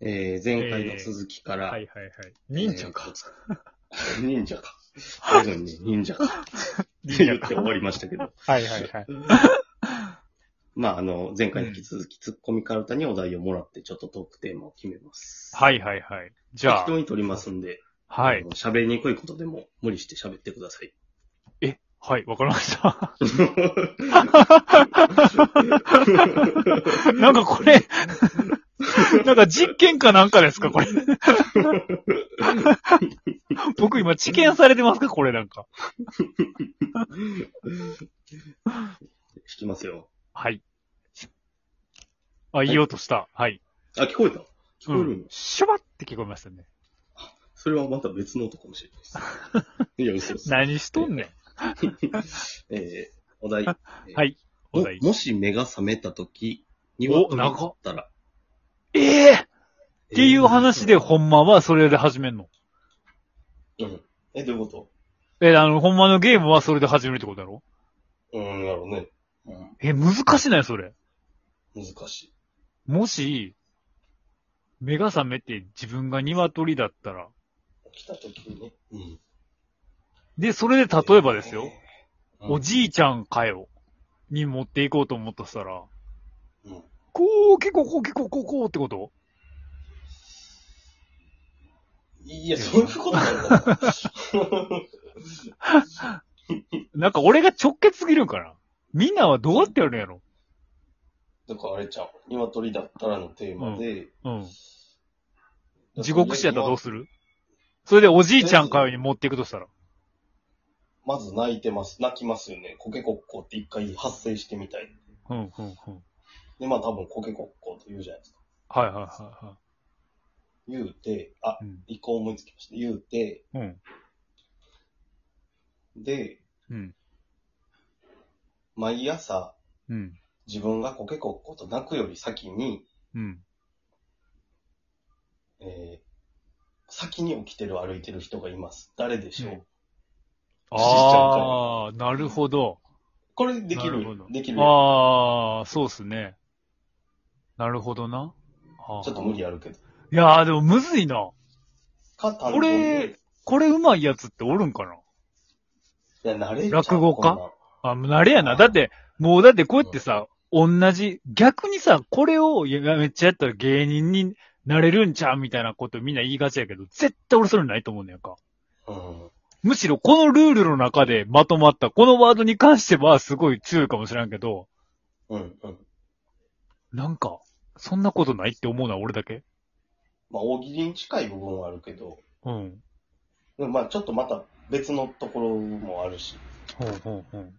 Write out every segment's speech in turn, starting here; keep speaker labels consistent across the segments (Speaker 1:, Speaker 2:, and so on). Speaker 1: えー、前回の続きから、
Speaker 2: はいはいはい。忍者
Speaker 1: え
Speaker 2: か
Speaker 1: ー。つ 忍者 か。徐々に忍者か。って言って終わりましたけど。
Speaker 2: はいはいはい。
Speaker 1: まあ、あの、前回に引き続き、ツッコミカルタにお題をもらって、ちょっとトークテーマを決めます。
Speaker 2: はいはいはい。じゃあ
Speaker 1: 適当、に取りますんで、
Speaker 2: は
Speaker 1: あ
Speaker 2: い
Speaker 1: の。喋りにくいことでも無理して喋ってください。
Speaker 2: え、はい、わかりました。なんかこれ、なんか実験かなんかですか、これ。僕今、知見されてますか、これなんか。
Speaker 1: 弾きますよ。
Speaker 2: はい。あ、言おうとした。はい。
Speaker 1: あ、聞こえた聞こえるの、
Speaker 2: うん。シュバって聞こえましたね。
Speaker 1: それはまた別の音かもしれない です。いや、嘘です。
Speaker 2: 何しとんねん。
Speaker 1: えー、お題。
Speaker 2: はい。
Speaker 1: も
Speaker 2: お題。
Speaker 1: もし目が覚めたとき、鶏だったら。
Speaker 2: ええっていう話で、ほんまはそれで始めんの。
Speaker 1: えー。うん。え、どういうこ
Speaker 2: え、あの、ほんまのゲームはそれで始めるってことだろ
Speaker 1: とうん、なるほどね。うん。
Speaker 2: え、難しないそれ。
Speaker 1: 難しい。
Speaker 2: もし、目が覚めて自分が鶏だったら。
Speaker 1: 起きたときにね。うん。
Speaker 2: で、それで例えばですよ。
Speaker 1: えー。
Speaker 2: おじいちゃんかよ。に持っていこうと思ったとしたら、
Speaker 1: うん。うん
Speaker 2: こう、結構、こう、結構、こう、こうってこと
Speaker 1: いや、そういうことなんだ。
Speaker 2: なんか俺が直結すぎるんかなみんなはどうやってやるんやろ
Speaker 1: だからあれちゃう。鶏だったらのテーマで。
Speaker 2: うん。地獄死やったらどうするそれでおじいちゃんかよに持っていくとしたら。
Speaker 1: まず泣いてます。泣きますよね。コケコッコーって一回発生してみたい。
Speaker 2: うん、うん、うん。
Speaker 1: で、まあ多分コケコッコーと言うじゃないですか。
Speaker 2: はい、はい、はい、は
Speaker 1: 言うて、あ、
Speaker 2: い。うん。
Speaker 1: 一個思いつきました。言うて、
Speaker 2: うん。
Speaker 1: で、
Speaker 2: うん。
Speaker 1: 毎朝
Speaker 2: うん。
Speaker 1: 自分がコケコッコーと泣くより先に、
Speaker 2: うん。
Speaker 1: えー、先に起きてる歩いてる人がいます。誰でしょう、
Speaker 2: うん
Speaker 1: ゃ
Speaker 2: ああ、なるほど。
Speaker 1: これでき
Speaker 2: な
Speaker 1: る
Speaker 2: るほど
Speaker 1: できるよ
Speaker 2: ああ、そうっすね。なるほどな。あー
Speaker 1: ちょっと無理あるけど。
Speaker 2: いやー、でもむずいな。
Speaker 1: か、単
Speaker 2: これ、これうまいやつっておるんかない
Speaker 1: や、慣れちゃう
Speaker 2: 落語家
Speaker 1: こんなん
Speaker 2: あ、もう慣れやな。だって、もうだってこうやってさ、同じ、逆にさ、これをいやめっちゃやったら芸人になれるんちゃうみたいなことみんな言いがちやけど、絶対俺それないと思うねんやんか。
Speaker 1: うん。
Speaker 2: むしろこのルールの中でまとまった、このワードに関してはすごい強いかもしれんけど、
Speaker 1: うん、うん。
Speaker 2: なんか、そんなことないって思うのは俺だけ
Speaker 1: まあ、大喜利に近い部分はあるけど、
Speaker 2: うん。
Speaker 1: でもまあ、ちょっとまた別のところもあるし、
Speaker 2: ほうほうほう。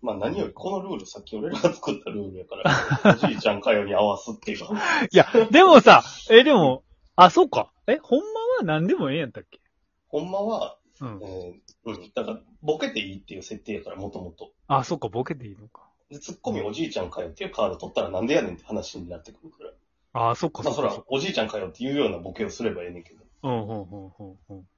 Speaker 1: まあ、何よりこのルール、さっき俺らが作ったルールや から、おじいちゃんかよに合わすっていうか。
Speaker 2: いや、でもさ、え、でも、あ、そうか。え、ほんまは何でもええんやったっけ
Speaker 1: ほんまは、
Speaker 2: うん
Speaker 1: え。ーうん。だから、ボケていいっていう設定やから、もともと。
Speaker 2: あ、そうか、ボケていいのか。
Speaker 1: で、ツッコミおじいちゃんかよっていうカード取ったらなんでやねんって話になってくるから。
Speaker 2: あ、そっか、
Speaker 1: ま
Speaker 2: そ
Speaker 1: あ、
Speaker 2: っ
Speaker 1: そ
Speaker 2: か。そっ
Speaker 1: ら
Speaker 2: か、
Speaker 1: おじいちゃんかよっていうようなボケをすればええねんけど。
Speaker 2: うん、うん、うん、うん、うん。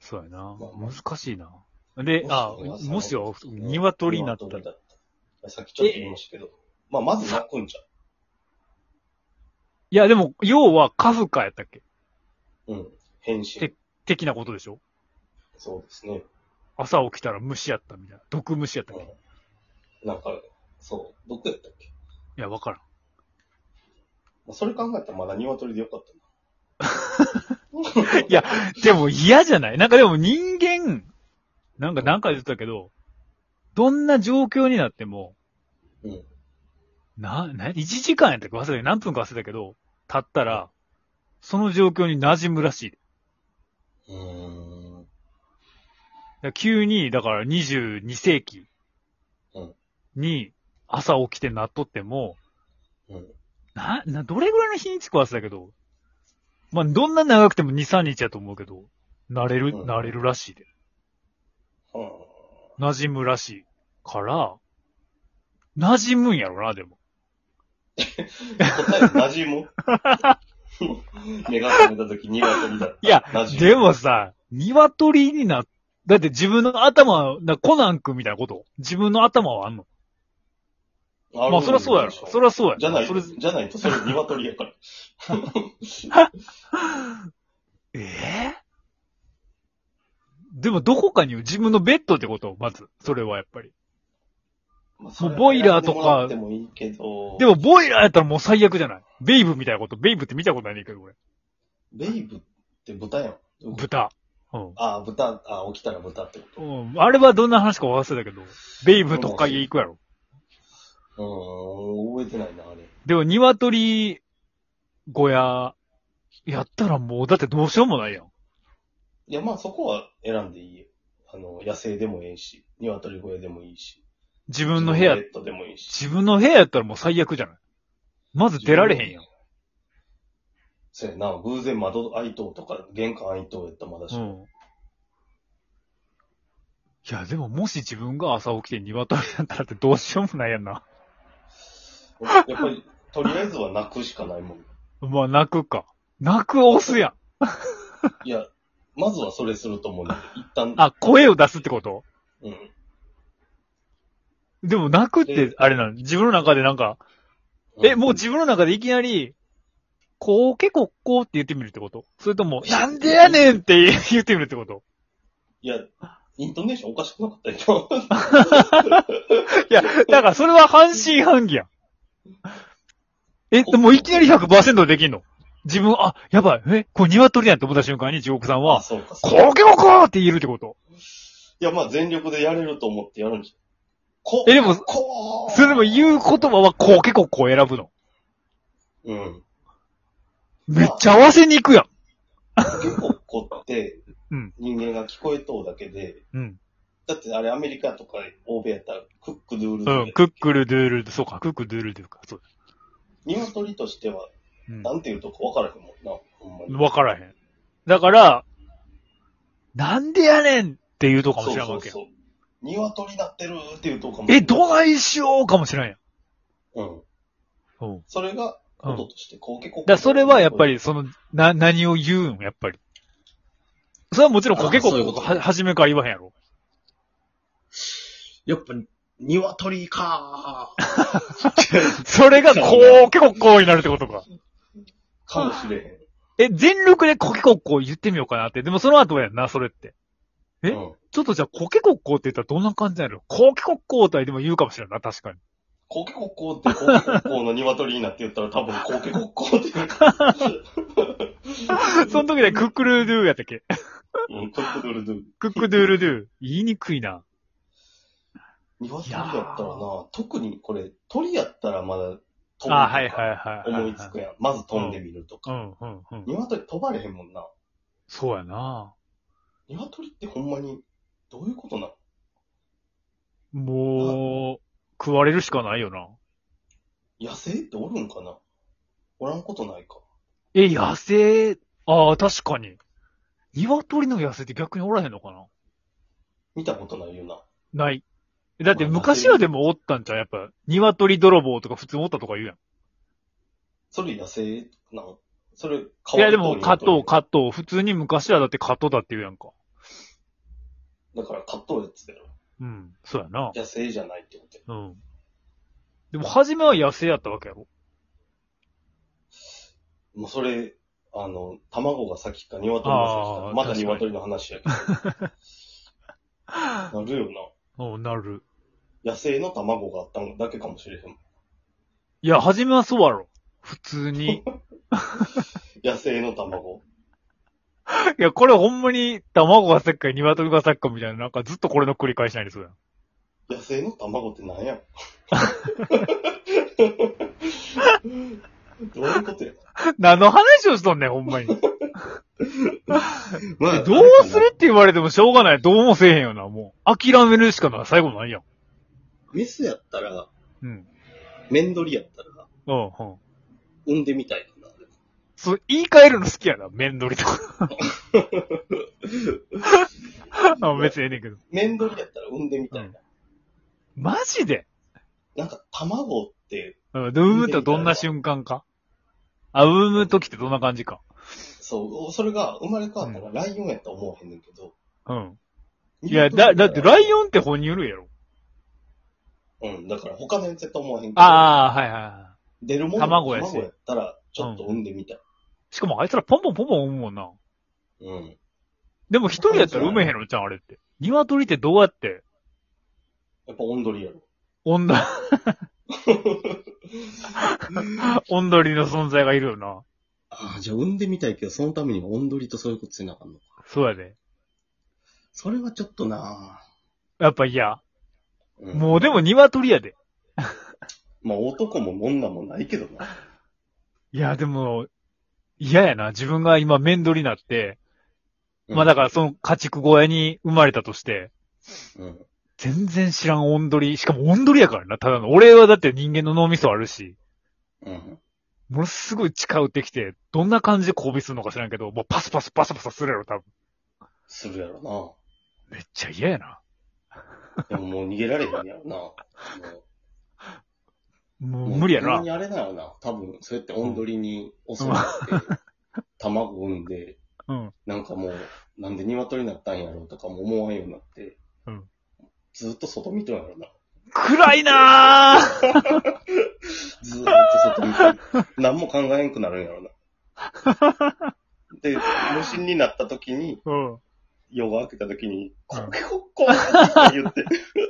Speaker 2: そうやな
Speaker 1: まあ。まあ
Speaker 2: 難しいな。で、あ、もしよ、鶏になったら。
Speaker 1: ら。さっきちょっと言いましたけど。まあ、まず泣くんじ
Speaker 2: いや、でも、要はカフカやったっけ
Speaker 1: ゃん。うん。変身
Speaker 2: で。的なことでしょ
Speaker 1: そうですね。
Speaker 2: 朝起きたら虫やったみたいな。毒虫やったっけい
Speaker 1: うん。なんか、そう。どこやったっけ
Speaker 2: や、わからん。
Speaker 1: まあ、それ考えたらまだ鶏でよかったな。
Speaker 2: いや、でも嫌じゃないなんかでも人間、なんか何回言ってたけど、どんな状況になっても、
Speaker 1: うん。
Speaker 2: な、な、1時間やったか忘れた何分か忘れたけど、経ったら、その状況に馴染むらしい。だか
Speaker 1: うーん。
Speaker 2: ら急に、だから22世紀
Speaker 1: うん
Speaker 2: に朝起きてなっとっても、
Speaker 1: うん。
Speaker 2: な、な、どれぐらいの日にちか忘れたけど、まあ、どんな長くても2、3日やと思うけど、慣れる、
Speaker 1: うん
Speaker 2: 慣れるらしいで。
Speaker 1: うん
Speaker 2: 馴染むらしいから、馴染むんやろな、でも。
Speaker 1: 答え、馴染む 目が覚めた時、鶏だった。
Speaker 2: いや
Speaker 1: 馴染む
Speaker 2: でもさ、鶏にな、だって自分の頭は、なコナン君みたいなこと自分の頭はあんのまあ、そりゃそうやろ。そりゃそうや。
Speaker 1: じゃない、
Speaker 2: それ
Speaker 1: じゃないと、それ鶏や から。
Speaker 2: ええでも、どこかに自分のベッドってことまず。それはやっぱり。
Speaker 1: まあ
Speaker 2: もうボイラーと
Speaker 1: 選
Speaker 2: か
Speaker 1: んでもらってもいいけど。
Speaker 2: でも、ボイラーやったらもう最悪じゃないベイブみたいなこと。ベイブって見たことないねんけど、俺。
Speaker 1: ベイブって豚やん。
Speaker 2: 豚。うん。
Speaker 1: ああ、豚、ああ、起きたら豚ってこ
Speaker 2: うん、あれはどんな話か忘れたけど、ベイブとか家行くやろ。
Speaker 1: と。うーん、覚えてないな、あれ。
Speaker 2: でも、鶏小屋、やったらもう、だってどうしようもないやん。
Speaker 1: いや、まあそこは選んでいいよ。あの、野生でもええし、鶏小屋でもいいし。
Speaker 2: 自分の部屋
Speaker 1: ベ、ッドでもいいし。
Speaker 2: 自分の部屋やったらもう最悪じゃないまず出られへんやん。。
Speaker 1: そうやな、偶然窓開いとうとか、玄関開いとうやったらまだし
Speaker 2: う
Speaker 1: も。
Speaker 2: ん。いや、でももし自分が朝起きて鶏だったらってどうしようもないやんな。
Speaker 1: やっぱり、とりあえずは泣くしかないもん。
Speaker 2: まあ、泣くか。泣く押すやん。
Speaker 1: いや、まずはそれすると思うねんで、一旦。
Speaker 2: あ、声を出すってこと
Speaker 1: うん。
Speaker 2: でも泣くって
Speaker 1: で、
Speaker 2: あれなの自分の中でなんか、え、もう自分の中でいきなり、こう、結構こうって言ってみるってことそれとも、なんでやねんって言ってみるってこと
Speaker 1: いや、イントネーションおかしくなかったよ。
Speaker 2: いや、だからそれは半信半疑やん。え、でもういきなり100%できんの自分、あ、やばい、え、これ鶏やんって思った瞬間に地獄さんは、
Speaker 1: そうか、そうか。
Speaker 2: こうけここうって言えるってこと
Speaker 1: いや、まあ全力でやれると思ってやるんじゃん。こ
Speaker 2: え、でも、
Speaker 1: こう
Speaker 2: それでも言う言葉はこうけここう選ぶの。
Speaker 1: うん。
Speaker 2: めっちゃ合わせに行くやん。
Speaker 1: 結構こうって
Speaker 2: うん、
Speaker 1: 人間が聞こえとうだけで、
Speaker 2: うん。
Speaker 1: だってあれアメリカとか欧米やったらクックドゥール
Speaker 2: うん、クックルドゥール、そうか、クックドゥールドゥーか、そうだ。
Speaker 1: 鶏としては、
Speaker 2: うん
Speaker 1: なんて言うとか分からへんもんな、ほんまに。
Speaker 2: わからへん。だから、なんでやねんって言うとかも
Speaker 1: そ
Speaker 2: し
Speaker 1: う
Speaker 2: らん
Speaker 1: そ
Speaker 2: わ
Speaker 1: う
Speaker 2: けや
Speaker 1: そう。鶏なってるって言うとかも。
Speaker 2: え、どないしようかもしらんやん。
Speaker 1: うん。
Speaker 2: うん。だか
Speaker 1: それが、音として、こう結構。
Speaker 2: らそれはやっぱり、その、な、何を言うん、やっぱり。それはもちろんコケコ
Speaker 1: あそうい
Speaker 2: ッ
Speaker 1: う
Speaker 2: コ
Speaker 1: こ
Speaker 2: ことは、はじめから言わへんやろ。
Speaker 1: やっぱり、鶏かー。
Speaker 2: それが、
Speaker 1: そう
Speaker 2: こ
Speaker 1: ね
Speaker 2: う、結構こうになるってことか。
Speaker 1: かもしれへ
Speaker 2: え、全力でコケコッコ言ってみようかなって。でもその後やんな、それって。え
Speaker 1: ん。うん。
Speaker 2: ちょっとじゃあ、コケコッコって言ったらどんな感じなのコケコッコとはでも言うかもしれんな、確かに。
Speaker 1: コケコッコーって、コケコッコーの鶏になって言ったら多分、コケコッコーって言う。
Speaker 2: その時でクックルドゥやったっけ
Speaker 1: うん、トップドルドゥ。
Speaker 2: クックドゥールドゥ。言いにくいな。
Speaker 1: 鶏やったらな、特にこれ、鳥やったらまだ、飛ぶと
Speaker 2: あ、
Speaker 1: か
Speaker 2: はいはいはい。
Speaker 1: 思いつくやん。まず飛んでみると
Speaker 2: う
Speaker 1: か。
Speaker 2: ん、うん、うん。
Speaker 1: 鶏飛ばれへんもんな。
Speaker 2: そうやな。
Speaker 1: 鶏ってほんまに、どういうことなの
Speaker 2: もう、食われるしかないよな。
Speaker 1: 野生っておるんかなおらんことないか。
Speaker 2: え、野生、ああ、確かに。鶏の野生って逆におらへんのか
Speaker 1: 見たことないよな。
Speaker 2: なない。だって昔はでもおったんじゃん、やっぱ。鶏泥棒とか普通におったとか言うやん。
Speaker 1: それ野生なのそれ、
Speaker 2: いやでも、
Speaker 1: 飼
Speaker 2: 加
Speaker 1: うと鶏
Speaker 2: 藤、加藤。普通に昔はだって加藤だって言うやんか。
Speaker 1: だから、カットやつだよ。
Speaker 2: うん、そうやな。
Speaker 1: 野生じゃないってことや
Speaker 2: うん。でも、初めは野生やったわけやろ。
Speaker 1: もうそれ、あの、卵が先か鶏が先
Speaker 2: あ
Speaker 1: か、
Speaker 2: ー
Speaker 1: まだ
Speaker 2: 確かに
Speaker 1: 鶏の話や けど。なるよ
Speaker 2: うん、なる。
Speaker 1: な。野生の卵があったんだけかもしれへん。
Speaker 2: いや、初めはそうやろ。普通 に。
Speaker 1: 野生の卵。
Speaker 2: いや、これほんまに卵が先か鶏が先かみたいな、なんかずっとこれの繰り返しなんですよ。
Speaker 1: 野生の卵って なんやどういうことや
Speaker 2: 何の話をしとんねん、ほんまに。ど
Speaker 1: まあ
Speaker 2: うするって言われてもしょうがない。どうもせえへんよな、もう。諦めるしかない。最後ないやん。
Speaker 1: メスやったら、
Speaker 2: うん。
Speaker 1: メンドリやったら、
Speaker 2: うん、うん。
Speaker 1: 産んでみたいかな。
Speaker 2: そう、言い換えるの好きやな、面取りとか。 あ別にええねんけど。
Speaker 1: メンドリやったら産んでみたいな。
Speaker 2: マジで
Speaker 1: なんか卵って、
Speaker 2: うん、で、産むとどんな瞬間かあ、産むときってどんな感じか。
Speaker 1: そう、それが生まれ変わったらライオンやったら思わへんねんけど。
Speaker 2: うん。いや、だ、だってライオンって哺乳類やろ。
Speaker 1: うん、だから他のやつやと思わへんけど、
Speaker 2: ああ、はいはいは
Speaker 1: 出るもの
Speaker 2: 卵やし
Speaker 1: 卵やったら、ちょっと産んでみたい。
Speaker 2: い。しかもあいつらポンポンポンポン産むもんな。
Speaker 1: うん。
Speaker 2: でも一人やったら産めへんのじゃん、あれって。鶏ってどうやって、
Speaker 1: やっぱ温鳥やろ。
Speaker 2: 女、 温鳥の存在がいるよな。
Speaker 1: ああ、じゃあ産んでみたいけど、そのためには温鳥とそういうことせなあかんのか。
Speaker 2: そうやで。
Speaker 1: それはちょっとな
Speaker 2: やっぱ嫌。
Speaker 1: うん、
Speaker 2: もうでも鶏やで。
Speaker 1: まあ男も女もないけどな。
Speaker 2: いや、でも、嫌やな。自分が今面取りになって、まあだからその家畜小屋に生まれたとして、
Speaker 1: ら。うん。
Speaker 2: 全然知らんオンドリ、しかもオンドリやからな、ただの。俺はだって人間の脳みそあるし、
Speaker 1: うん。
Speaker 2: ものすごい近寄ってきて、どんな感じで交尾するのか知らんけど、もうパスパスパスパスするやろ、多分。
Speaker 1: するやろ
Speaker 2: めっちゃ嫌やな。
Speaker 1: な。でももう逃げられへんやろな。も
Speaker 2: も
Speaker 1: う
Speaker 2: う無理や
Speaker 1: ほん
Speaker 2: な
Speaker 1: ま。にあれだよな。多分、そうやって温鳥に襲われて、卵産んで、
Speaker 2: うん。
Speaker 1: なんかもう、なんで鶏になったんやろうとかも思わんようになって、
Speaker 2: うん
Speaker 1: ずーっと外見とんやろ な。
Speaker 2: 暗いなぁ
Speaker 1: ずーっと外見て、何も考えんくなるんやろな。で、無心になった時に、
Speaker 2: うん。
Speaker 1: 夜が明けた時に、こ
Speaker 2: うん
Speaker 1: こ、こ、って言って、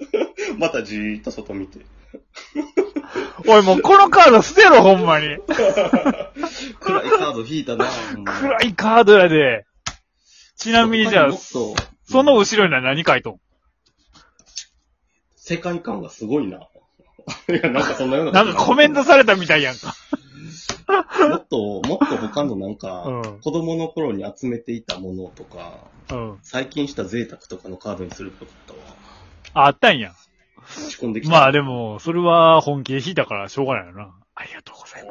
Speaker 1: またじーっと外見て。
Speaker 2: おい、もうこのカード捨てろ、ほんまに。
Speaker 1: 暗いカード引いたなぁ。もう
Speaker 2: 暗いカードやで。ちなみにじゃあ、
Speaker 1: そ
Speaker 2: その後ろには何書いとん
Speaker 1: 世界観がすごいな。 いや、なんかそんなような。
Speaker 2: なんかコメントされたみたいやんか。
Speaker 1: もっと、もっと他のなんか、
Speaker 2: うん
Speaker 1: 子供の頃に集めていたものとか、
Speaker 2: うん。
Speaker 1: 最近した贅沢とかのカードにすることだったわ。
Speaker 2: ああったんや。
Speaker 1: 仕込んできた。
Speaker 2: まあ
Speaker 1: で
Speaker 2: でも、それは本気で引いたからしょうがないよな。ありがとうございます。